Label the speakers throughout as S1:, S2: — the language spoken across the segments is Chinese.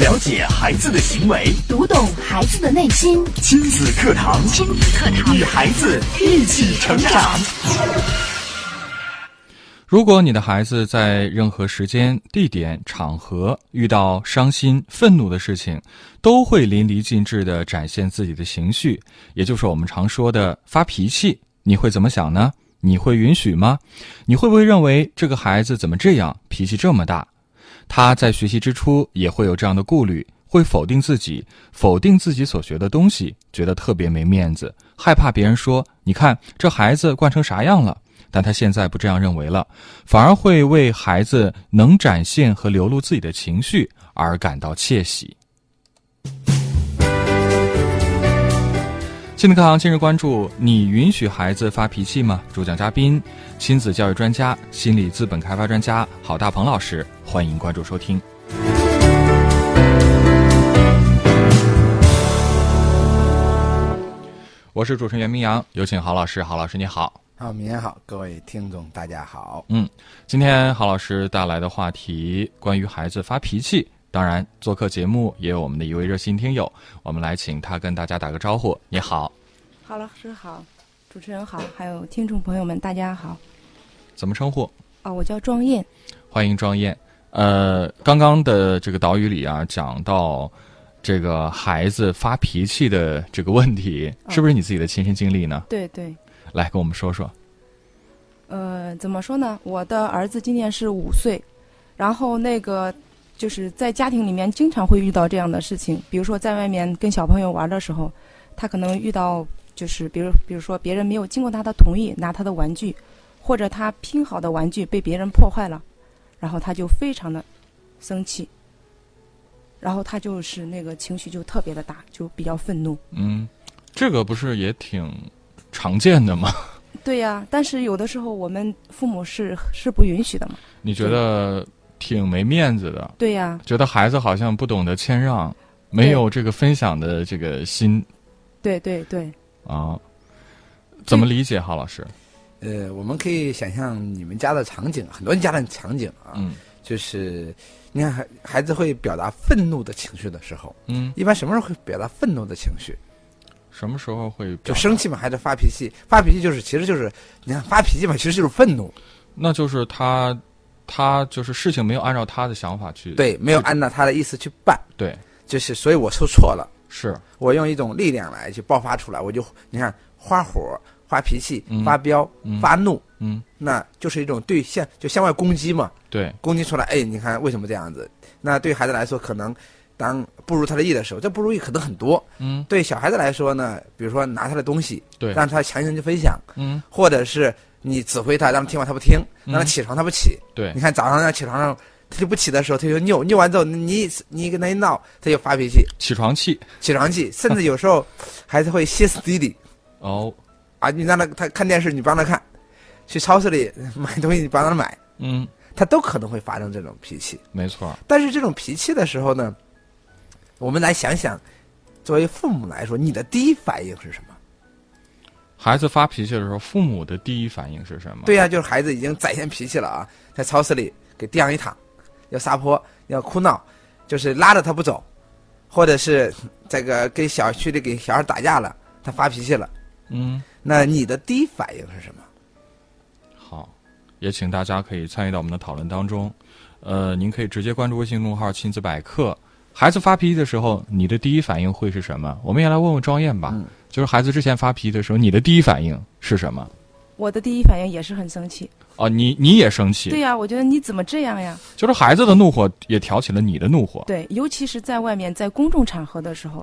S1: 了解孩子的行为，
S2: 读懂孩子的内心，
S1: 亲子课堂，
S2: 亲子课堂
S1: 与孩子一起成长。
S3: 如果你的孩子在任何时间、地点、场合遇到伤心、愤怒的事情，都会淋漓尽致地展现自己的情绪，也就是我们常说的发脾气，你会怎么想呢？你会允许吗？你会不会认为这个孩子怎么这样，脾气这么大？他在学习之初也会有这样的顾虑，会否定自己，否定自己所学的东西，觉得特别没面子，害怕别人说：“你看这孩子惯成啥样了。”但他现在不这样认为了，反而会为孩子能展现和流露自己的情绪而感到窃喜。亲子课堂今日关注：你允许孩子发脾气吗？主讲嘉宾：亲子教育专家、心理资本开发专家郝大鹏老师。欢迎关注收听。我是主持人袁明阳，有请郝老师。郝老师，你好。
S4: 好，啊明天好，各位听众，大家好。
S3: 嗯，今天郝老师带来的话题关于孩子发脾气。当然，做客节目也有我们的一位热心听友，我们来请他跟大家打个招呼。你好，
S5: 郝老师好，主持人好，还有听众朋友们，大家好。
S3: 怎么称呼？
S5: 啊，我叫庄燕。
S3: 欢迎庄燕。呃，刚刚的这个岛屿里啊，讲到这个孩子发脾气的这个问题，
S5: 哦
S3: 是不是你自己的亲身经历呢？
S5: 对对，
S3: 来跟我们说说。
S5: 呃，怎么说呢？我的儿子今年是五岁，然后那个就是在家庭里面经常会遇到这样的事情，比如说在外面跟小朋友玩的时候，他可能遇到就是比如比如说别人没有经过他的同意拿他的玩具，或者他拼好的玩具被别人破坏了，然后他就非常的生气，然后他就是那个情绪就特别的大，就比较愤怒。
S3: 嗯，这个不是也挺常见的吗？
S5: 对呀、但是有的时候我们父母是是不允许的嘛。
S3: 你觉得挺没面子的，
S5: 对呀、
S3: 觉得孩子好像不懂得谦让，没有这个分享的这个心
S5: 对对对，
S3: 啊。怎么理解哈，郝老师？
S4: 呃，我们可以想象你们家的场景，很多人家的场景啊，
S3: 嗯
S4: 就是你看孩孩子会表达愤怒的情绪的时候，
S3: 嗯，
S4: 一般什么时候会表达愤怒的情绪？
S3: 什么时候会表
S4: 就生气嘛，孩子发脾气，发脾气就是其实就是你看发脾气嘛，其实就是愤怒，
S3: 那就是他，他就是事情没有按照他的想法去
S4: 对，没有按照他的意思去办，
S3: 对，
S4: 就是所以我受挫了，
S3: 是
S4: 我用一种力量来去爆发出来，我就你看发火、发脾气
S3: 嗯、
S4: 发飙、
S3: 嗯
S4: 发怒，
S3: 嗯
S4: 那就是一种对向就向外攻击嘛，
S3: 对
S4: 攻击出来，哎，你看为什么这样子？那对孩子来说，可能当不如他的意的时候，这不如意可能很多。
S3: 嗯
S4: 对小孩子来说呢，比如说拿他的东西，
S3: 对
S4: 让他强行去分享，
S3: 嗯
S4: 或者是你指挥他，让他听话他不听，
S3: 嗯
S4: 让他起床他不起。
S3: 对
S4: 你看早上让他起床上，他就不起的时候，他就拗，拗完之后你你跟他一闹，他就发脾气，
S3: 起床气
S4: 起床气，甚至有时候还是会歇斯底里
S3: 哦
S4: 啊！你让他他看电视，你帮他看；去超市里买东西，你帮他买，
S3: 嗯
S4: 他都可能会发生这种脾气。
S3: 没错儿
S4: 但是这种脾气的时候呢，我们来想想，作为父母来说，你的第一反应是什么？
S3: 孩子发脾气的时候，父母的第一反应是什么？
S4: 对呀、就是孩子已经展现脾气了啊，在超市里给地上一躺，要撒泼，要哭闹，就是拉着他不走，或者是这个跟小区里给小孩打架了，他发脾气了。
S3: 嗯
S4: 那你的第一反应是什么？
S3: 好，也请大家可以参与到我们的讨论当中。呃，您可以直接关注微信公众号“亲子百科”。孩子发脾气的时候，你的第一反应会是什么？我们也来问问庄燕吧。
S4: 嗯
S3: 就是孩子之前发脾气的时候，你的第一反应是什么？
S5: 我的第一反应也是很生气。
S3: 哦，你你也生气？
S5: 对呀、我觉得你怎么这样呀？
S3: 就是孩子的怒火也挑起了你的怒火。
S5: 对，尤其是在外面，在公众场合的 时候，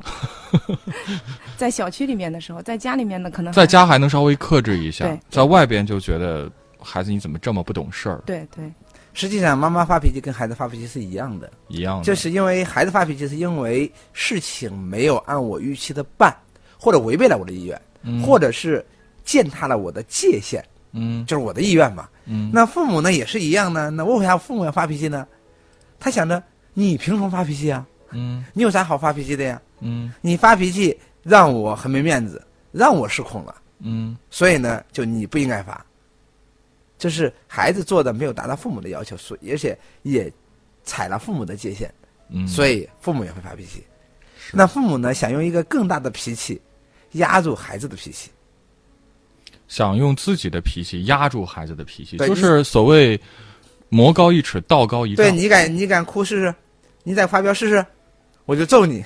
S5: 在小区里面的时候，在家里面的可能还
S3: 在。家还能稍微克制一下
S5: 对，
S3: 在外边就觉得孩子你怎么这么不懂事儿
S5: 对对
S4: 实际上，妈妈发脾气跟孩子发脾气是一样的，
S3: 一样的。
S4: 就是因为孩子发脾气是因为事情没有按我预期的办，或者违背了我的意愿。
S3: 嗯
S4: 或者是践踏了我的界限，
S3: 嗯
S4: 就是我的意愿嘛。
S3: 嗯，
S4: 那父母呢也是一样呢，那为啥父母要发脾气呢？他想着你凭什么发脾气啊？
S3: 嗯
S4: 你有啥好发脾气的呀？
S3: 嗯
S4: 你发脾气让我很没面子，让我失控了，
S3: 嗯
S4: 所以呢，就你不应该发。这是孩子做的没有达到父母的要求，所以而且也踩了父母的界限，
S3: 嗯，
S4: 所
S3: 以
S4: 以父母也会发脾气。那父母呢，想用一个更大的脾气压住孩子的脾气，
S3: 想用自己的脾气压住孩子的脾气，
S4: 对
S3: 就是所谓魔高一尺，道高一丈。
S4: 对你敢你敢哭试试，你敢发飙试试，我就揍你，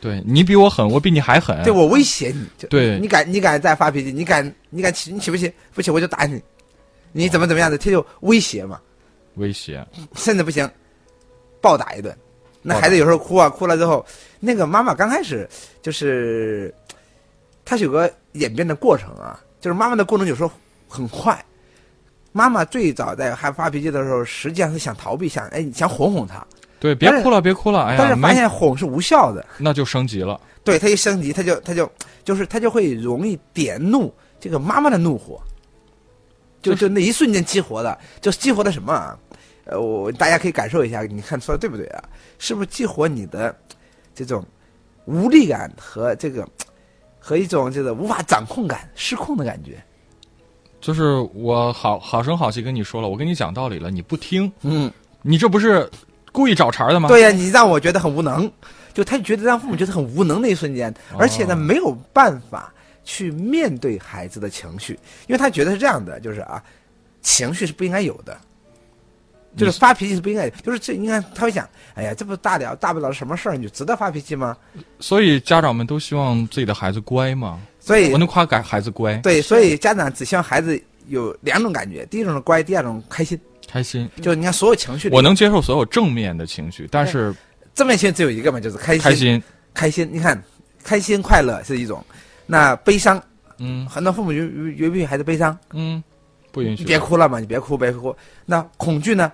S3: 对你比我狠，我比你还狠。
S4: 对我威胁你，就
S3: 嗯对
S4: 你敢你敢再发脾气，你敢你敢起你起不起不起我就打你，你怎么怎么样的，这就威胁嘛，
S3: 威胁，
S4: 甚至不行，暴打一顿。那
S3: 暴打
S4: 孩子有时候哭啊，哭了之后，那个妈妈刚开始就是，她是有个演变的过程啊，就是妈妈的过程有时候很快。妈妈最早在还发脾气的时候，实际上是想逃避，想哎你想哄哄她，
S3: 对，别
S4: 但是
S3: 哭了，别哭了，哎
S4: 但
S3: 呀，
S4: 是发
S3: 没
S4: 现哄是无效的，
S3: 那就升级了。
S4: 对她一升级，她就她就就是她就会容易点怒这个妈妈的怒火，就就那一瞬间激活的，就激活的什么啊？呃，我大家可以感受一下，你看说的对不对啊？是不是激活你的这种无力感和这个和一种这个无法掌控感、失控的感觉？
S3: 就是我好好声好气跟你说了，我跟你讲道理了，你不听，
S4: 嗯，
S3: 你这不是故意找茬的吗？
S4: 对呀、你让我觉得很无能，就他觉得让父母觉得很无能的一瞬间，而且呢，
S3: 哦
S4: 没有办法去面对孩子的情绪，因为他觉得是这样的，就是啊，情绪是不应该有的，就
S3: 你
S4: 是发脾气是不应该有，就是这应该他会想，哎呀，这不大了大不了什么事儿，你就值得发脾气吗？
S3: 所以家长们都希望自己的孩子乖嘛。
S4: 所以
S3: 我能夸改孩子乖，
S4: 对，所以家长只希望孩子有两种感觉，第一种是乖，第二种开心，
S3: 开心。
S4: 就是你看所有情绪里，
S3: 我能接受所有正面的情绪，但是
S4: 正面情绪只有一个嘛，就是开心，
S3: 开心，
S4: 开心你看，开心快乐是一种，那悲伤。
S3: 嗯
S4: 很多父母允允允许孩子悲伤，
S3: 嗯，不允
S4: 你
S3: 许。
S4: 别哭了嘛，你别哭，别哭。那恐惧呢？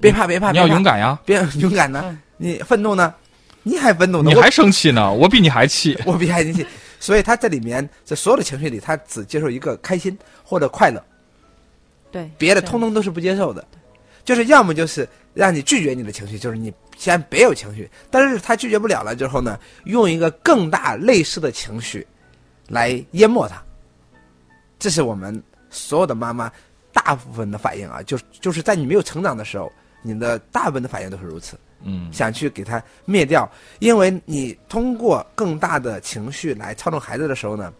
S4: 别怕，别怕，
S3: 嗯你要
S4: 别怕
S3: 勇，敢呀！
S4: 别 勇敢呢
S5: 嗯。
S4: 你愤怒呢？你还愤怒呢？
S3: 你
S4: 我
S3: 还生气呢，我比你还气。
S4: 我 比还生气。所以他这里面在所有的情绪里，他只接受一个开心或者快乐，
S5: 对，
S4: 别的
S5: 对
S4: 通通都是不接受的。就是要么就是让你拒绝你的情绪，就是你先别有情绪。但是他拒绝不了了之后呢，用一个更大类似的情绪来淹没它。这是我们所有的妈妈大部分的反应啊，就是就是在你没有成长的时候，你的大部分的反应都是如此，
S3: 嗯，
S4: 想去给它灭掉，因为你通过更大的情绪来操纵孩子的时候呢，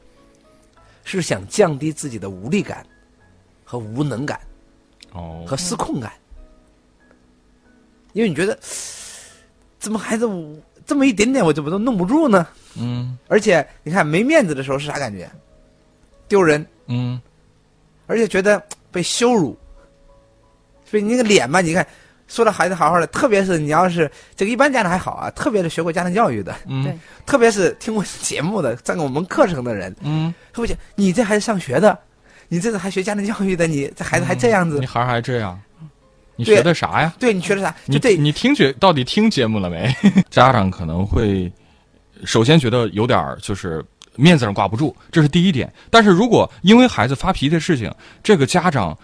S4: 是想降低自己的无力感和无能感。
S3: 哦，
S4: 和失控感，因为你觉得怎么孩子我这么一点点我怎么都弄不住呢？
S3: 嗯
S4: 而且你看没面子的时候是啥感觉？丢人，
S3: 嗯，
S4: 而且觉得被羞辱，所以你那个脸吧，你看说的孩子好好的，特别是你要是这个一般家长还好啊，特别是学过家庭教育的，
S3: 嗯
S5: 对
S4: 特别是听过节目的、上过我们课程的人，
S3: 嗯，
S4: 会不会讲你这孩子上学的，你这是还学家庭教育的，你这孩子还这样子
S3: 嗯你，孩儿还这样，你
S4: 对
S3: 学的啥呀？
S4: 对你学的啥？
S3: 你
S4: 就对
S3: 你听节到底听节目了没？ 家长可能会首先觉得有点儿就是面子上挂不住，这是第一点。但是如果因为孩子发脾气的事情，这个家长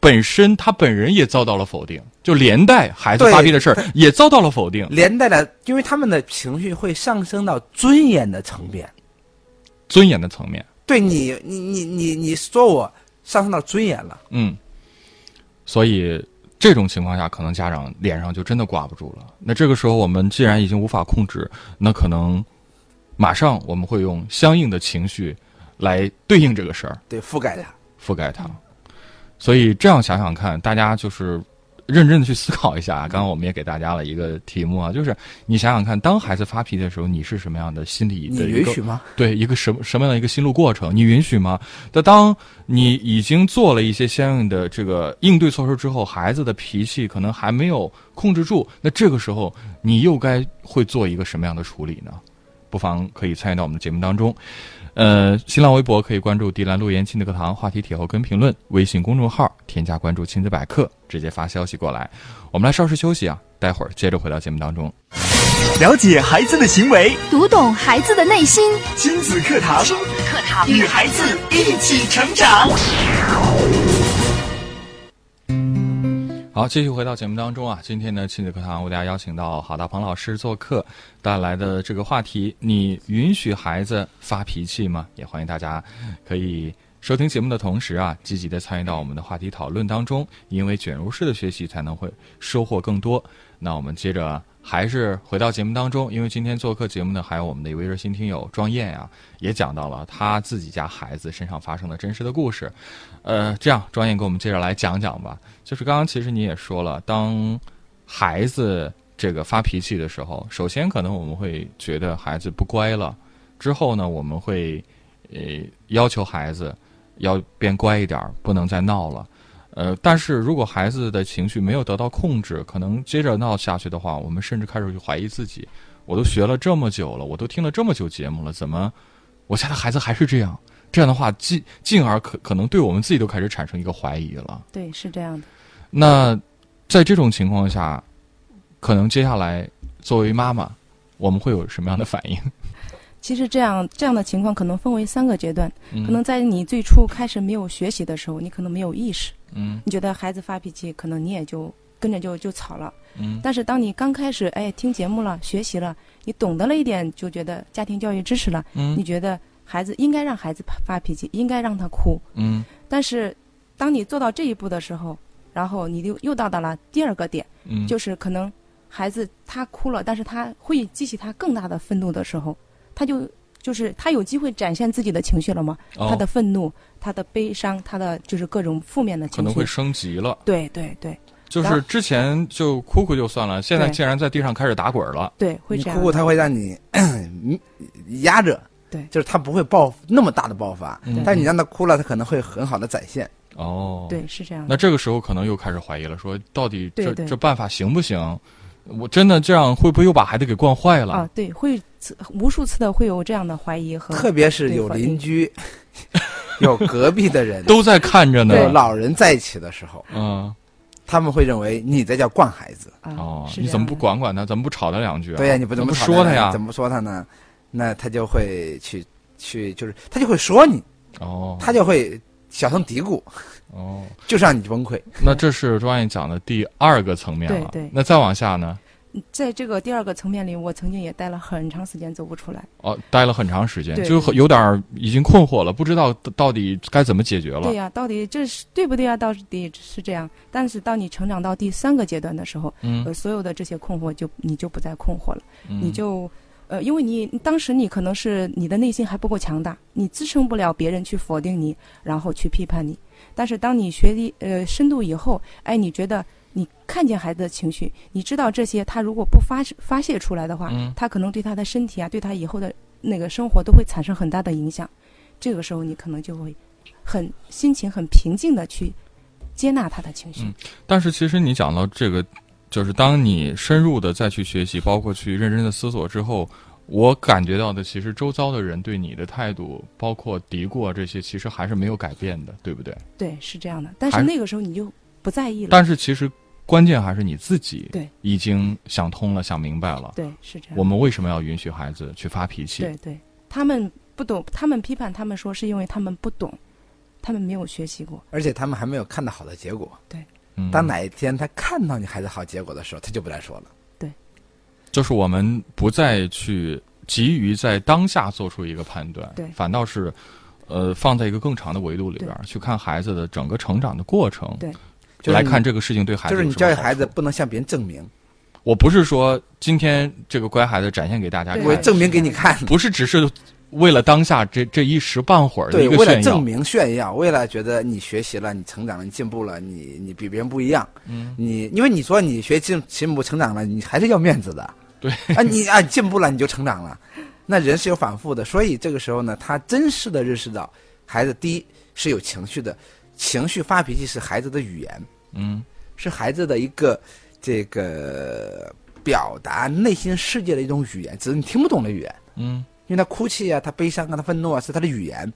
S3: 本身他本人也遭到了否定，就连带孩子
S4: 对
S3: 发脾气的事儿也遭到了否定，
S4: 连带了，因为他们的情绪会上升到尊严的层面。
S3: 尊严的层面。
S4: 对你，你你你你说我上升到尊严了，
S3: 嗯，所以这种情况下，可能家长脸上就真的挂不住了。那这个时候，我们既然已经无法控制，那可能马上我们会用相应的情绪来对应这个事儿，
S4: 对，覆盖它。
S3: 覆盖它。所以这样想想看，大家就是认真的去思考一下。啊 刚刚我们也给大家了一个题目啊，就是你想想看，当孩子发脾气的时候，你是什么样的心理
S4: 你
S3: 的一
S4: 允
S3: 个
S4: 许吗？
S3: 对一个什么什么样的一个心路过程，你允许吗？那当你已经做了一些相应的这个应对措施之后，孩子的脾气可能还没有控制住，那这个时候你又该会做一个什么样的处理呢？不妨可以参与到我们的节目当中。呃，新浪微博可以关注“迪兰路言亲子课堂”话题帖后跟评论，微信公众号添加关注“亲子百科”，直接发消息过来。我们来稍事休息啊，待会儿接着回到节目当中。
S1: 了解孩子的行为，
S2: 读懂孩子的内心。
S1: 亲子课堂，
S2: 课堂
S1: 与孩子一起成长。
S3: 好，继续回到节目当中啊，今天呢亲子课堂为大家邀请到郝大鹏老师做客，带来的这个话题，你允许孩子发脾气吗？也欢迎大家可以收听节目的同时啊，积极的参与到我们的话题讨论当中，因为卷入式的学习才能会收获更多。那我们接着还是回到节目当中，因为今天做客节目呢，还有我们的一位热心听友庄燕啊，也讲到了他自己家孩子身上发生的真实的故事。呃，这样，庄燕给我们接着来讲讲吧。就是刚刚其实你也说了，当孩子这个发脾气的时候，首先可能我们会觉得孩子不乖了，之后呢，我们会呃要求孩子要变乖一点儿，不能再闹了。呃，但是如果孩子的情绪没有得到控制，可能接着闹下去的话，我们甚至开始去怀疑自己。我都学了这么久了，我都听了这么久节目了，怎么我家的孩子还是这样？这样的话，进 进而可可能对我们自己都开始产生一个怀疑了。
S5: 对，是这样的。
S3: 那在这种情况下，可能接下来作为妈妈，我们会有什么样的反应？
S5: 其实这样这样的情况可能分为三个阶段，
S3: 嗯
S5: 可能在你最初开始没有学习的时候，你可能没有意识，
S3: 嗯
S5: 你觉得孩子发脾气，可能你也就跟着就就吵了。
S3: 嗯
S5: 但是当你刚开始哎听节目了，学习了，你懂得了一点，就觉得家庭教育支持了，你
S3: 嗯
S5: 觉得孩子应该让孩子发脾气，应该让他哭。
S3: 嗯
S5: 但是当你做到这一步的时候，然后你就又到达了第二个点，
S3: 嗯，
S5: 就是可能孩子他哭了，但是他会激起他更大的愤怒的时候，他就就是他有机会展现自己的情绪了吗？他的
S3: 哦、
S5: 愤怒、他的悲伤、他的就是各种负面的
S3: 可
S5: 情
S3: 能会
S5: 绪。
S3: 升级了。
S5: 对对对
S3: 就是之前就哭哭就算了，现在
S5: 对
S3: 竟然在地上开始打滚了。
S5: 对，会
S4: 你
S5: 这
S4: 哭
S5: 样
S4: 哭，
S5: 的。
S4: 他会让 你你压着，
S5: 对
S4: 就是他不会爆那么大的爆发，
S3: 嗯
S4: 但你让他哭了，他可能会很好的展现。
S3: 哦，，
S5: 对，是这样的
S3: 那。这个时候可能又开始怀疑了，说到底这
S5: 对对
S3: 这办法行不行？我真的这样会不会又把孩子给惯坏了？
S5: 啊，对，会次无数次的会有这样的怀疑和
S4: 特别是有邻居、 有隔壁的人、
S3: 都在看着呢。
S4: 有老人在一起的时候，
S3: 嗯，
S4: 他们会认为你在叫惯孩子。
S5: 啊，
S3: 哦，
S5: 是
S3: 你
S5: 这
S3: 怎么
S5: 样
S3: 不
S5: 的
S3: 管管他？怎么不吵他两句啊？
S4: 对呀、你不怎
S3: 怎
S4: 么
S3: 么
S4: 吵
S3: 说他
S4: 呢
S3: 呀？
S4: 怎么说他呢？那他就会去去，就是他就会说你，
S3: 哦，
S4: 他就会小声嘀咕，
S3: 哦，
S4: 就让你崩溃。
S3: 那这是庄燕讲的第二个层面了。
S5: 对对
S3: 那再往下呢？
S5: 在这个第二个层面里，我曾经也待了很长时间走不出来。
S3: 哦，待了很长时间，
S5: 对
S3: 就很有点儿已经困惑了，不知道到底该怎么解决了
S5: 对。呀、到底这是对不对呀、到底是这样。但是当你成长到第三个阶段的时候，
S3: 嗯
S5: 呃，，所有的这些困惑就你就不再困惑了，
S3: 你
S5: 你就呃，因为你当时你可能是你的内心还不够强大，你支撑不了别人去否定你，然后去批判你。但是当你学历呃深度以后，哎，你觉得你看见孩子的情绪，你知道这些，他如果不发发泄出来的话，
S3: 嗯
S5: 他可能对他的身体啊，对他以后的那个生活都会产生很大的影响。这个时候，你可能就会很心情很平静的去接纳他的情绪。
S3: 嗯但是其实你讲到这个，就是当你深入的再去学习，包括去认真的思索之后，我感觉到的其实周遭的人对你的态度，包括嘀咕啊这些，其实还是没有改变的，对不对？
S5: 对，是这样的。但
S3: 还
S5: 是
S3: 是
S5: 那个时候你就不在意了。
S3: 但是其实关键还是你自己，
S5: 对，
S3: 已经想通了，想明白了，
S5: 对，是这样的。
S3: 我们为什么要允许孩子去发脾气？
S5: 对对，他们不懂，他们批判，他们说是因为他们不懂，他们没有学习过。
S4: 而且他们还没有看到好的结果。
S3: 嗯，
S4: 当哪一天他看到你孩子好结果的时候，他就不再说了。
S3: 就是我们不再去急于在当下做出一个判断，
S5: 对
S3: 反倒是，呃，放在一个更长的维度里边儿去看孩子的整个成长的过程，
S5: 对，
S4: 就是
S3: 来
S4: 你
S3: 看这个事情对孩子
S4: 就是
S3: 啊有
S4: 你
S3: 什么
S4: 教育
S3: 好
S4: 孩子
S3: 处，
S4: 不能向别人证明，
S3: 我不是说今天这个乖孩子展现给大家
S5: 对
S4: 我
S3: 看，
S4: 证明给你看。
S3: 不是只是为了当下这这一时半会儿的
S4: 对，
S3: 一个
S4: 为了
S3: 炫
S4: 证
S3: 耀，
S4: 明炫耀，为了觉得你学习了，你成长了，你进步了，你你比别人不一样，
S3: 嗯，
S4: 你因为你说你学进进步成长了，你还是要面子的，
S3: 对
S4: 啊，你啊进步了你就成长了，那人是有反复的，所以这个时候呢，他真实的认识到，孩子第一是有情绪的，情绪发脾气是孩子的语言，
S3: 嗯
S4: 是孩子的一个这个表达内心世界的一种语言，只是你听不懂的语言。
S3: 嗯
S4: 因为他哭泣啊，他悲伤啊，他愤怒啊，是他的语言，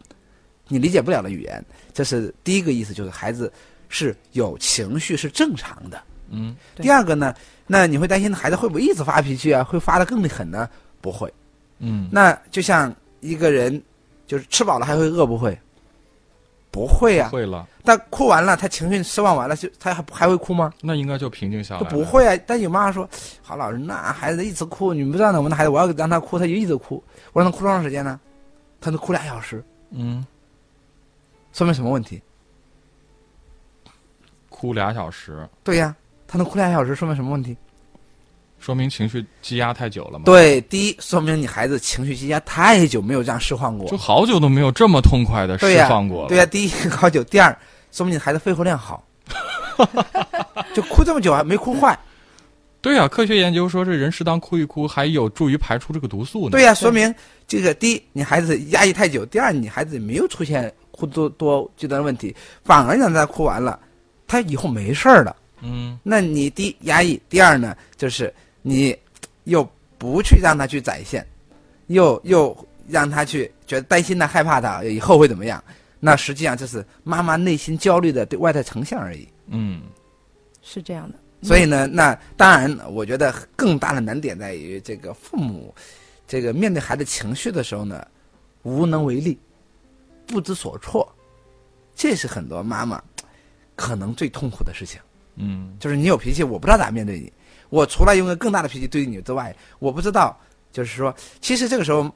S4: 你理解不了的语言。这是第一个意思，就是孩子是有情绪是正常的。
S3: 嗯，
S5: 对
S4: 第二个呢，那你会担心孩子会不会一直发脾气啊？会发的更狠呢？不会。
S3: 嗯，
S4: 那就像一个人，就是吃饱了还会饿不会？不会啊。
S3: 会了，
S4: 但哭完了，他情绪释放完了，就他还还会哭吗？
S3: 那应该就平静下来
S4: 就
S3: 了，
S4: 不会啊。但有妈妈说：“好老师，那孩子一直哭，你们不知道呢。我们的孩子，我要让他哭，他就一直哭。我让他哭多长时间呢？他能哭俩小时，
S3: 嗯，
S4: 说明什么问题？
S3: 哭俩小时，
S4: 对呀，他能哭俩小时，说明什么问题？
S3: 说明情绪积压太久了嘛。，
S4: 对，第一，说明你孩子情绪积压太久，没有这样释放过
S3: 就。好久都没有这么痛快的
S4: 对
S3: 释
S4: 呀、
S3: 放过了。
S4: 对呀、第一好久，第二，说明你孩子肺活量好， 就哭这么久还没哭坏。
S3: 对呀、科学研究说这人适当哭一哭，还有助于排出这个毒素呢。
S4: 对呀、说明这个第一，你孩子压抑太久；第二，你孩子没有出现哭多多这段问题，反而让他哭完了，他以后没事儿了。
S3: 嗯，
S4: 那你第一压抑，第二呢，就是你又不去让他去展现，又又让他去觉得担心他、害怕他以后会怎么样？那实际上就是妈妈内心焦虑的对外在呈现而已。
S3: 嗯
S5: 是这样的。
S4: 所以呢，那当然，我觉得更大的难点在于这个父母，这个面对孩子情绪的时候呢，无能为力，不知所措，这是很多妈妈可能最痛苦的事情。
S3: 嗯，
S4: 就是你有脾气，我不知道咋面对你。我除了用个更大的脾气对你之外，我不知道，就是说，其实这个时候，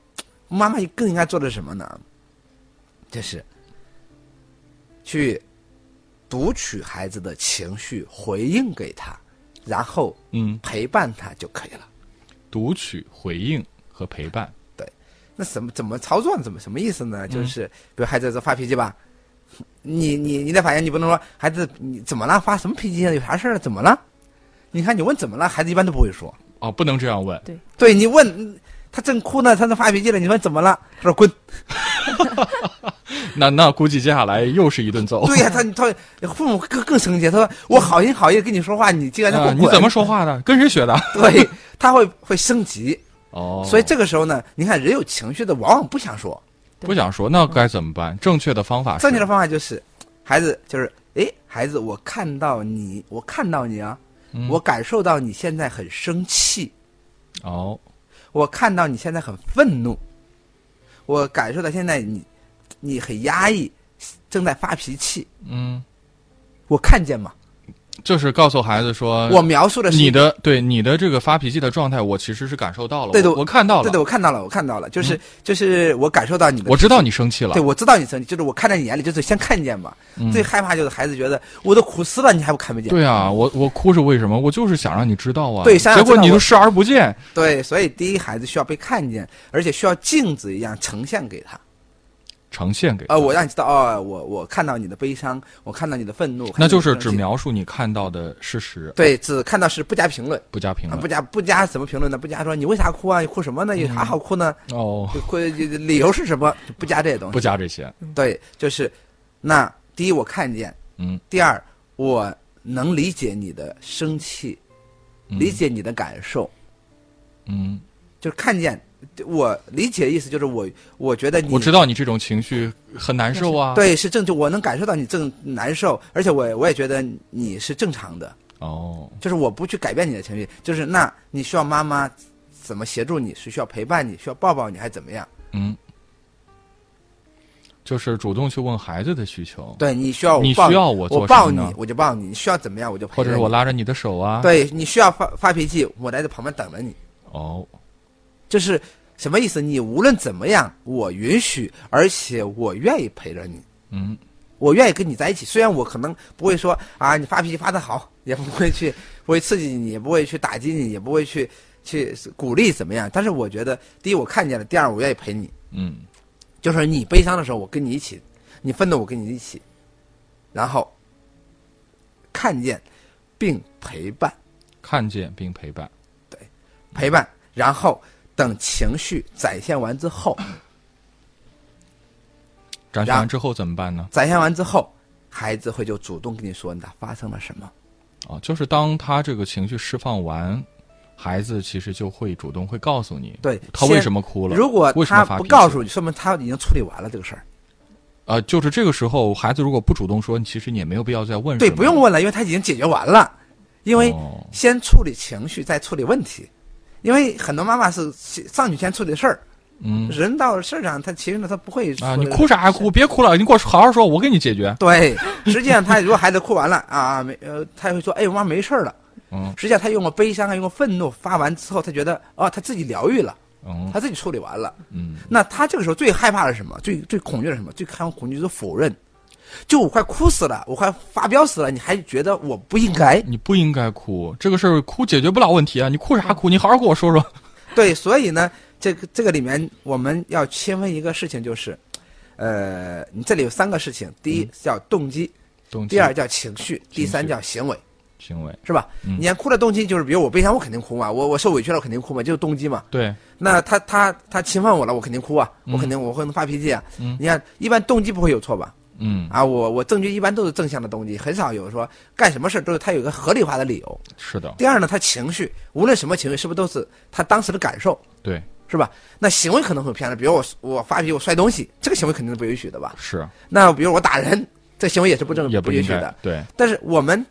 S4: 妈妈更应该做的是什么呢？就是去读取孩子的情绪，回应给他，然后
S3: 嗯，
S4: 陪伴他就可以了。
S3: 读取、回应和陪伴。
S4: 那什么怎么操作呢？怎么什么意思呢？就是比如孩子在发脾气吧，你你你的反应你不能说孩子你怎么了？发什么脾气啊？有啥事儿啊？怎么了？你看你问怎么了，孩子一般都不会说。
S3: 哦，不能这样问。
S4: 对你问嗯他正哭呢，他正发脾气了，你问怎么了？他说滚。
S3: 那那估计接下来又是一顿揍。
S4: 对呀、 他他父母更更生气，他说我好心好意跟你说话，你竟然让我
S3: 啊，
S4: 滚、
S3: 你怎么？说话的？跟谁学的？
S4: 对，他会会升级，
S3: 哦，
S4: 所以这个时候呢，你看人有情绪的往往不想说，
S3: 不想说，那该怎么办？正确的方法啊是，
S4: 正确的方法就是，孩子就是诶，孩子，我看到你，我看到你啊，
S3: 嗯
S4: 我感受到你现在很生气，
S3: 哦，
S4: 我看到你现在很愤怒，我感受到现在你你很压抑，正在发脾气，
S3: 嗯，
S4: 我看见嘛。
S3: 就是告诉孩子说，
S4: 我描述的是
S3: 呃你的对你的这个发脾气的状态，我其实是感受到了，
S4: 对的
S3: 我我看到了，嗯
S4: 对对，我看到了，我看到了，就是、就是我感受到你的，
S3: 我知道，你生气了，
S4: 对我知道你生气，就是我看在你眼里，就是先看见嘛。
S3: 嗯
S4: 最害怕就是孩子觉得我都苦死了，你还不看不见？
S3: 对啊，我我哭是为什么？我就是想让你知道啊，
S4: 对想
S3: 结
S4: 让
S3: 果你
S4: 知道
S3: 就
S4: 我
S3: 视而不见，
S4: 对所以第一，孩子需要被看见，而且需要镜子一样呈现给他。
S3: 呈现给他
S4: 呃，我让你知道，哦，我我看到你的悲伤，我看到你的愤怒，我看到
S3: 那就
S4: 你的
S3: 是
S4: 生
S3: 只
S4: 气
S3: 描述你看到的事实，
S4: 对，只看到是不加评论。
S3: 不加评
S4: 啊，
S3: 论
S4: 不加不加什么评论呢？不加说你为啥哭啊？你哭什么
S3: 嗯
S4: 呢？有啥好哭呢？
S3: 哦，
S4: 哭理由是什么？就不加这些东西
S3: 不。加这些，
S4: 对，就是那第一我看见，
S3: 嗯，
S4: 第二我能理解你的生气，
S3: 嗯
S4: 理解你的感受，
S3: 嗯，
S4: 就是看见我理解的意思就是我我觉得你
S3: 我知道你这种情绪很难受啊，，
S4: 对是正确，我能感受到你正难受，而且我我也觉得你是正常的，
S3: 哦，
S4: 就是我不去改变你的情绪，就是那你需要妈妈怎么协助你？是需要陪伴你，需要抱抱你，还是怎么样？
S3: 嗯，就是主动去问孩子的需求，
S4: 对你需要我
S3: 你
S4: 抱
S3: 需要我做
S4: 我抱
S3: 什
S4: 你
S3: 么呢，
S4: 我就抱你，你需要怎么样我就陪
S3: 或者
S4: 着
S3: 是我
S4: 你
S3: 拉着你的手啊，，
S4: 对你需要发发脾气，我来在旁边等着你。
S3: 哦，
S4: 就是什么意思？你无论怎么样，我允许，而且我愿意陪着你，
S3: 嗯，
S4: 我愿意跟你在一起。虽然我可能不会说啊，你发脾气发的好， 也不会去不会刺激你，也不会去打击你，也不会去去鼓励怎么样。但是我觉得，第一我看见了，第二我愿意陪你，
S3: 嗯，
S4: 就是你悲伤的时候我跟你一起，你愤怒我跟你一起，然后看见并陪伴。
S3: 看见并陪伴，
S4: 陪伴，然后等情绪展现完之后，
S3: 展现
S4: 然
S3: 完之后怎么办呢？
S4: 展现完之后，孩子会就主动跟你说那发生了什么。
S3: 啊，就是当他这个情绪释放完，孩子其实就会主动会告诉你，
S4: 对
S3: 他为什么哭了，
S4: 如果
S3: 为什
S4: 他
S3: 么发
S4: 不
S3: 脾气
S4: 告诉你，说明他已经处理完了这个事儿。
S3: 呃，就是这个时候，孩子如果不主动说，其实你也没有必要再问什
S4: 对，
S3: 么
S4: 不用问了，因为他已经解决完了。因为
S3: 哦
S4: 先处理情绪，再处理问题。因为很多妈妈是先上去先处理事儿，
S3: 嗯
S4: 人到事儿上，他其实呢，他不会
S3: 啊，
S4: 说
S3: 你
S4: 这个
S3: 哭啥呀哭？别哭了，你给我好好说，我给你解 决。
S4: 对，实际上他如果孩子哭完了啊，没呃，他会说，哎，我妈没事儿了。
S3: 嗯
S4: 实际上他用过悲伤，还用过愤怒，发完之后，他觉得哦，他自己疗愈了，
S3: 嗯
S4: 他自己处理完了。
S3: 嗯，
S4: 那他这个时候最害怕的是什么？最最恐惧的是什么？最害怕恐惧就是否认。就我快哭死了，我快发飙死了，你还觉得我不应该？
S3: 你不应该哭，这个事儿哭解决不了问题啊！你哭啥哭？你好好跟我说说。
S4: 对，所以呢，这个这个里面我们要切分一个事情，就是，呃，你这里有三个事情，第一叫动机，
S3: 嗯动机
S4: 第二叫情绪，第三
S3: 情绪
S4: 叫行为，
S3: 行为，
S4: 是吧？你看哭的动机就是，比如我悲伤，我肯定哭嘛，我我受委屈了，我肯定哭嘛，就是动机嘛。
S3: 对，
S4: 那他他他侵犯我了，我肯定哭啊，我肯定我会发脾气啊。
S3: 嗯
S4: 你看，一般动机不会有错吧？
S3: 嗯，
S4: 啊，我我证据一般都是正向的动机，很少有说干什么事儿都是他有一个合理化的理由。
S3: 是的，
S4: 第二呢，他情绪，无论什么情绪，是不是都是他当时的感受？
S3: 对，
S4: 是吧？那行为可能会有偏了，比如我我发脾气，我摔东西，这个行为肯定是不允许的吧？
S3: 是
S4: 那比如我打人，这行为也是不正
S3: 也不
S4: 允
S3: 应
S4: 许
S3: 该
S4: 的。
S3: 对，
S4: 但是我们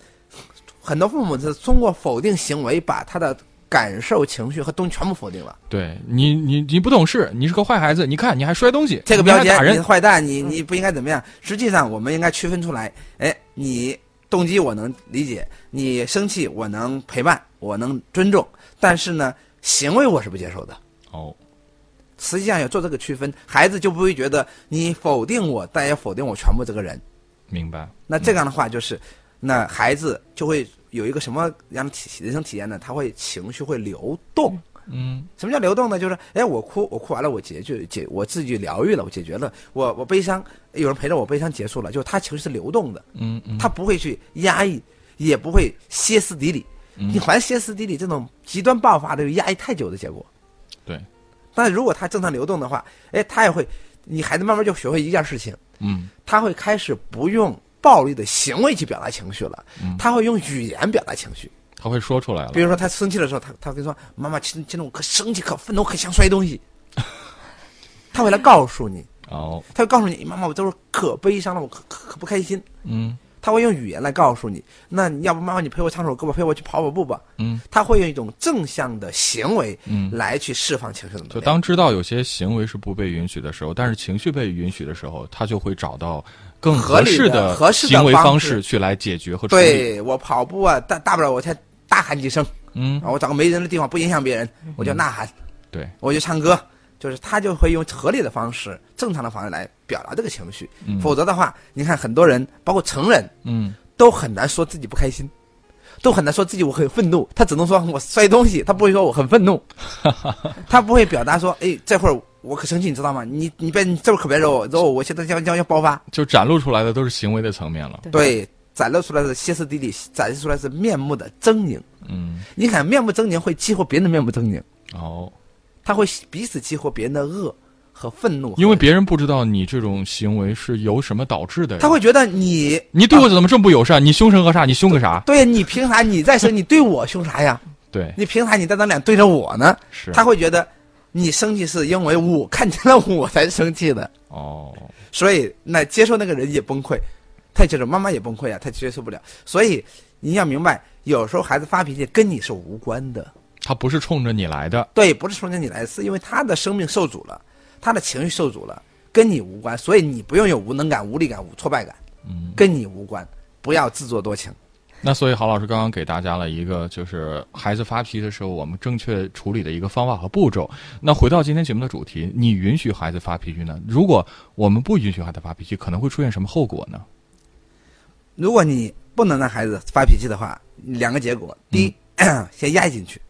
S4: 很多父母是通过否定行为，把他的感受、情绪和东西全部否定了。
S3: 对你你你不懂事，你是个坏孩子，你看你还摔东西，
S4: 这个
S3: 你还
S4: 标签
S3: 打，
S4: 你是
S3: 人，
S4: 坏蛋，你你不应该怎么样？实际上，我们应该区分出来，哎，你动机我能理解，你生气我能陪伴，我能尊重，但是呢，行为我是不接受的。
S3: 哦，
S4: 实际上要做这个区分，孩子就不会觉得你否定我，但也否定我全部这个人。
S3: 明白，
S4: 那这样的话，就是、那孩子就会有一个什么样的体人生体验呢？他会情绪会流动。
S3: 嗯，
S4: 什么叫流动呢？就是哎，我哭，我哭完了，我解决解我自己疗愈了，我解决了，我我悲伤，有人陪着我悲伤结束了，就是他情绪是流动的，
S3: 嗯嗯，
S4: 他不会去压抑，也不会歇斯底里。
S3: 嗯
S4: 你凡歇斯底里这种极端爆发的，压抑太久的结果。
S3: 对，
S4: 但如果他正常流动的话，哎，他也会，你孩子慢慢就学会一件事情，
S3: 嗯
S4: 他会开始不用暴力的行为去表达情绪了，
S3: 嗯
S4: 他会用语言表达情绪。
S3: 他会说出来了
S4: 比，如说他生气的时候，他他会说：“妈妈，今今天我可生气，可愤怒，可想摔东西。” 他会来告诉你，
S3: 哦，
S4: 他会告诉你：“妈妈，我这会儿可悲伤了，我可可可不开心。
S3: 嗯”
S4: 他会用语言来告诉你。那你要不妈妈，你陪我唱首歌吧，陪我去跑跑步吧。
S3: 嗯，
S4: 他会用一种正向的行为
S3: 嗯。
S4: 来去释放情绪的能
S3: 就
S4: 量。
S3: 当知道有些行为是不被允许的时候，但是情绪被允许的时候，他就会找到更
S4: 合理
S3: 适
S4: 的合适的
S3: 行为
S4: 方
S3: 方
S4: 式
S3: 式去来解决和处理。
S4: 对我跑步啊，大大不了我再大喊几声，
S3: 嗯
S4: 然，后我找个没人的地方，不影响别人，我就呐喊，
S3: 对，
S4: 我就唱歌，就是他就会用合理的方式、正常的方式来表达这个情绪。
S3: 嗯
S4: 否则的话，你看很多人，包括成人，
S3: 嗯，
S4: 都很难说自己不开心，都很难说自己我很愤怒。他只能说我摔东西，他不会说我很愤怒，他不会表达说，哎，这会儿我可生气，你知道吗？你你别你这会儿可别惹我，惹我我现在要要要爆发。
S3: 就展露出来的都是行为的层面了。
S4: 对，展露出来的歇斯底里，展示出来是面目的狰狞。
S3: 嗯，
S4: 你看面目狰狞会激活别人的面目狰狞，
S3: 哦，
S4: 他会彼此激活别人的恶和愤怒和
S3: 因为别人不知道你这种行为是由什么导致的。
S4: 他会觉得你
S3: 你对我怎么这么不友善？你凶神恶煞，你凶个啥？
S4: 对你凭啥你在生，你对我凶啥呀？
S3: 对，
S4: 你凭啥你在那脸对着我呢？
S3: 是
S4: 他会觉得你生气是因为我看见了我才生气的，
S3: 哦，
S4: 所以那接受那个人也崩溃，他也觉得妈妈也崩溃啊，他接受不了。所以你要明白，有时候孩子发脾气跟你是无关的，
S3: 他不是冲着你来的。
S4: 对，不是冲着你来，是因为他的生命受阻了，他的情绪受阻了，跟你无关，所以你不用有无能感、无力感、无挫败感，
S3: 嗯，
S4: 跟你无关，不要自作多情。
S3: 那所以郝老师刚刚给大家了一个，就是孩子发脾气的时候，我们正确处理的一个方法和步骤。那回到今天节目的主题，你允许孩子发脾气呢？如果我们不允许孩子发脾气，可能会出现什么后果呢？
S4: 如果你不能让孩子发脾气的话，两个结果：第一， 先压抑进去，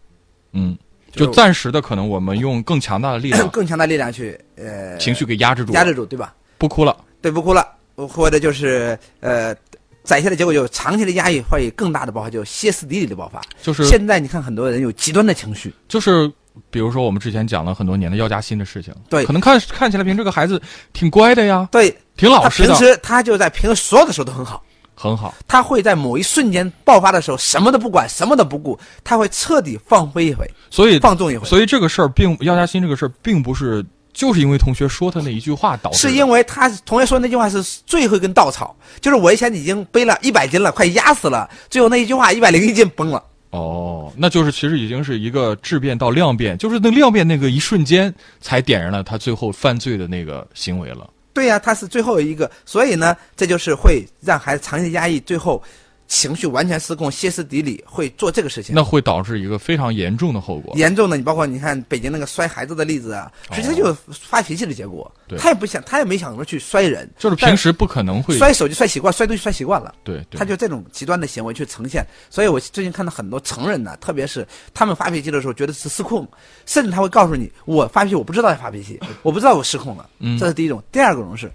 S3: 嗯，
S4: 就是
S3: 就暂时的，可能我们用更强大的力量，
S4: 更强大力量去呃
S3: 情绪给压制住，
S4: 压制住，对吧？
S3: 不哭了。
S4: 对，不哭了，或者就是呃，攒下的结果就是长期的压抑会有更大的爆发，就是歇斯底里的爆发。
S3: 就是
S4: 现在你看很多人有极端的情绪，
S3: 就是比如说我们之前讲了很多年的药家鑫的事情，
S4: 对
S3: 可能看看起来平时这个孩子挺乖的呀，
S4: 对
S3: 挺老
S4: 他
S3: 实
S4: 平
S3: 的，
S4: 时他就在平时所有的时候都很好。
S3: 很好，
S4: 他会在某一瞬间爆发的时候，什么都不管，什么都不顾，他会彻底放飞一回，
S3: 所以
S4: 放纵一回。
S3: 所以这个事儿并药家鑫这个事儿并不是就是因为同学说他那一句话导致的，
S4: 是因为他同学说那句话是最后一根稻草，就是我以前已经背了一百斤了，快压死了，最后那一句话一百零一斤崩了。
S3: 哦，那就是其实已经是一个质变到量变，就是那量变那个一瞬间才点燃了他最后犯罪的那个行为了。
S4: 对呀、他是最后一个，所以呢，这就是会让孩子长期压抑，最后情绪完全失控、歇斯底里，会做这个事情。
S3: 那会导致一个非常严重的后果。
S4: 严重的，你包括你看北京那个摔孩子的例子啊，其实他就是发脾气的结果
S3: 哦对。
S4: 他也不想，他也没想着去摔人，
S3: 就是平时不可能会
S4: 但摔手机摔习惯，摔东西摔习惯了。
S3: 对对，
S4: 他就这种极端的行为去呈现，所以我最近看到很多成人呢，特别是他们发脾气的时候，觉得是失控，甚至他会告诉你：“我发脾气，我不知道在发脾气，我不知道我失控了。”
S3: 嗯
S4: 这是第一种。第二种是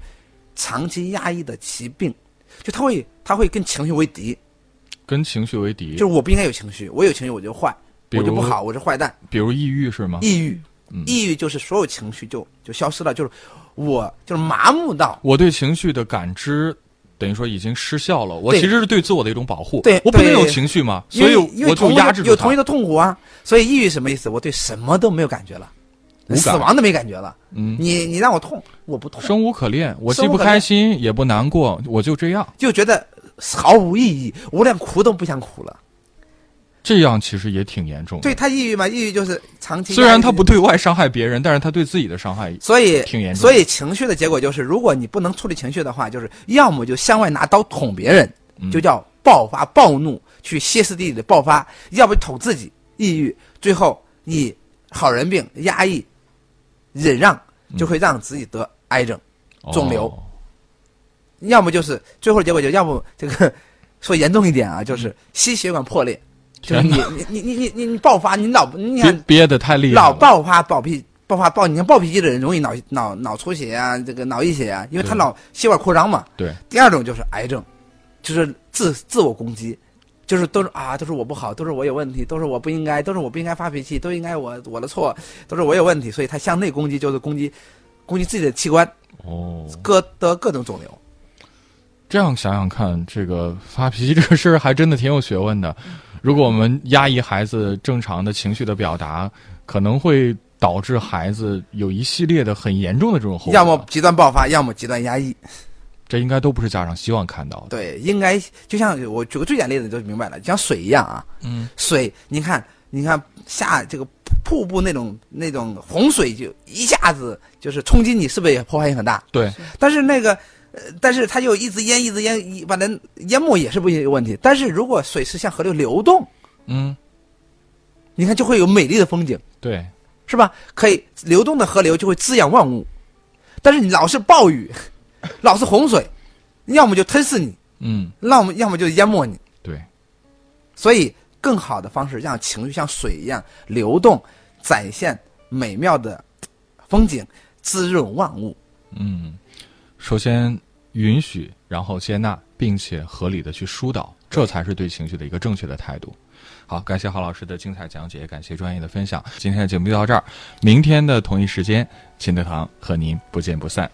S4: 长期压抑的疾病，就他会他会跟情绪为敌，
S3: 跟情绪为
S4: 就
S3: 敌
S4: 是，我不应该有情绪，我有情绪我就坏，
S3: 比
S4: 我
S3: 如
S4: 就不好，我是坏蛋。
S3: 比如抑郁是吗？
S4: 抑郁，
S3: 嗯
S4: 抑郁就是所有情绪就就消失了，就是我就是麻木到
S3: 我对情绪的感知。等于说已经失效了，我
S4: 对
S3: 其实是对自我的一种保护。
S4: 对
S3: 我不能
S4: 对
S3: 有情绪嘛，
S4: 因
S3: 所
S4: 为
S3: 以
S4: 因为
S3: 我就
S4: 同一
S3: 压
S4: 个
S3: 制住
S4: 有同
S3: 它
S4: 一。的痛苦啊，所以抑郁什么意思？我对什么都没有感觉了，
S3: 无感
S4: 死亡都没感觉了。
S3: 嗯，
S4: 你你让我痛，我不痛，
S3: 生无可恋，我既
S4: 生无
S3: 不
S4: 可恋
S3: 开心也不难过，我就这样。
S4: 就觉得毫无意义，我连哭都不想哭了。
S3: 这样其实也挺严重的。
S4: 对他抑郁嘛，抑郁就是长期压抑。
S3: 虽然他不对外伤害别人，但是他对自己的伤害，
S4: 所以
S3: 挺严重
S4: 所以情绪的结果就是，如果你不能处理情绪的话，就是要么就向外拿刀捅别人，
S3: 嗯
S4: 就叫爆发暴怒，去歇斯底里的爆发；要不捅自己，抑郁。最后你好人病压抑、忍让，就会让自己得癌症。肿瘤
S3: 哦
S4: 要么就是最后的结果就要不这个说严重一点啊，就是心血管破裂，就是你你你你你你爆发，你老你
S3: 憋
S4: 看
S3: 憋得太厉害了，
S4: 老爆发暴脾爆发暴，你看暴脾气的人容易脑脑脑出血啊，这个脑溢血啊，因为他
S3: 对
S4: 老血管扩张嘛。
S3: 对，
S4: 第二种就是癌症，就是自自我攻击，就是都是啊，都是我不好，都是我有问题，都是我不应该，都是我不应该发脾气，都应该我我的错，都是我有问题，所以他向内攻击就是攻击攻击自己的器官，
S3: 哦，
S4: 各得各种肿瘤。
S3: 这样想想看，这个发脾气这个事儿还真的挺有学问的。如果我们压抑孩子正常的情绪的表达，可能会导致孩子有一系列的很严重的这种后果。
S4: 要么极端爆发，要么极端压抑。
S3: 这应该都不是家长希望看到的。
S4: 对，应该就像我举个最简单的例子就明白了，就像水一样啊，
S3: 嗯，
S4: 水，你看，你看下这个瀑布那种那种洪水就一下子就是冲击你，是不是也破坏性很大？
S3: 对，
S4: 但是那个。呃，但是它又一直淹，一直淹，一把人淹没也是不也有问题。但是如果水是向河流流动，
S3: 嗯，
S4: 你看就会有美丽的风景，
S3: 对，
S4: 是吧？可以流动的河流就会滋养万物。但是你老是暴雨，老是洪水，要么就吞噬你，
S3: 嗯，
S4: 那我们要么就淹没你。
S3: 对，
S4: 所以，更好的方式让情绪像水一样流动，展现美妙的风景，滋润万物。
S3: 嗯，首先允许，然后接纳，并且合理的去疏导，这才是对情绪的一个正确的态度。好，感谢郝老师的精彩讲解，感谢专业的分享。今天的节目就到这儿，明天的同一时间，秦德堂和您不见不散。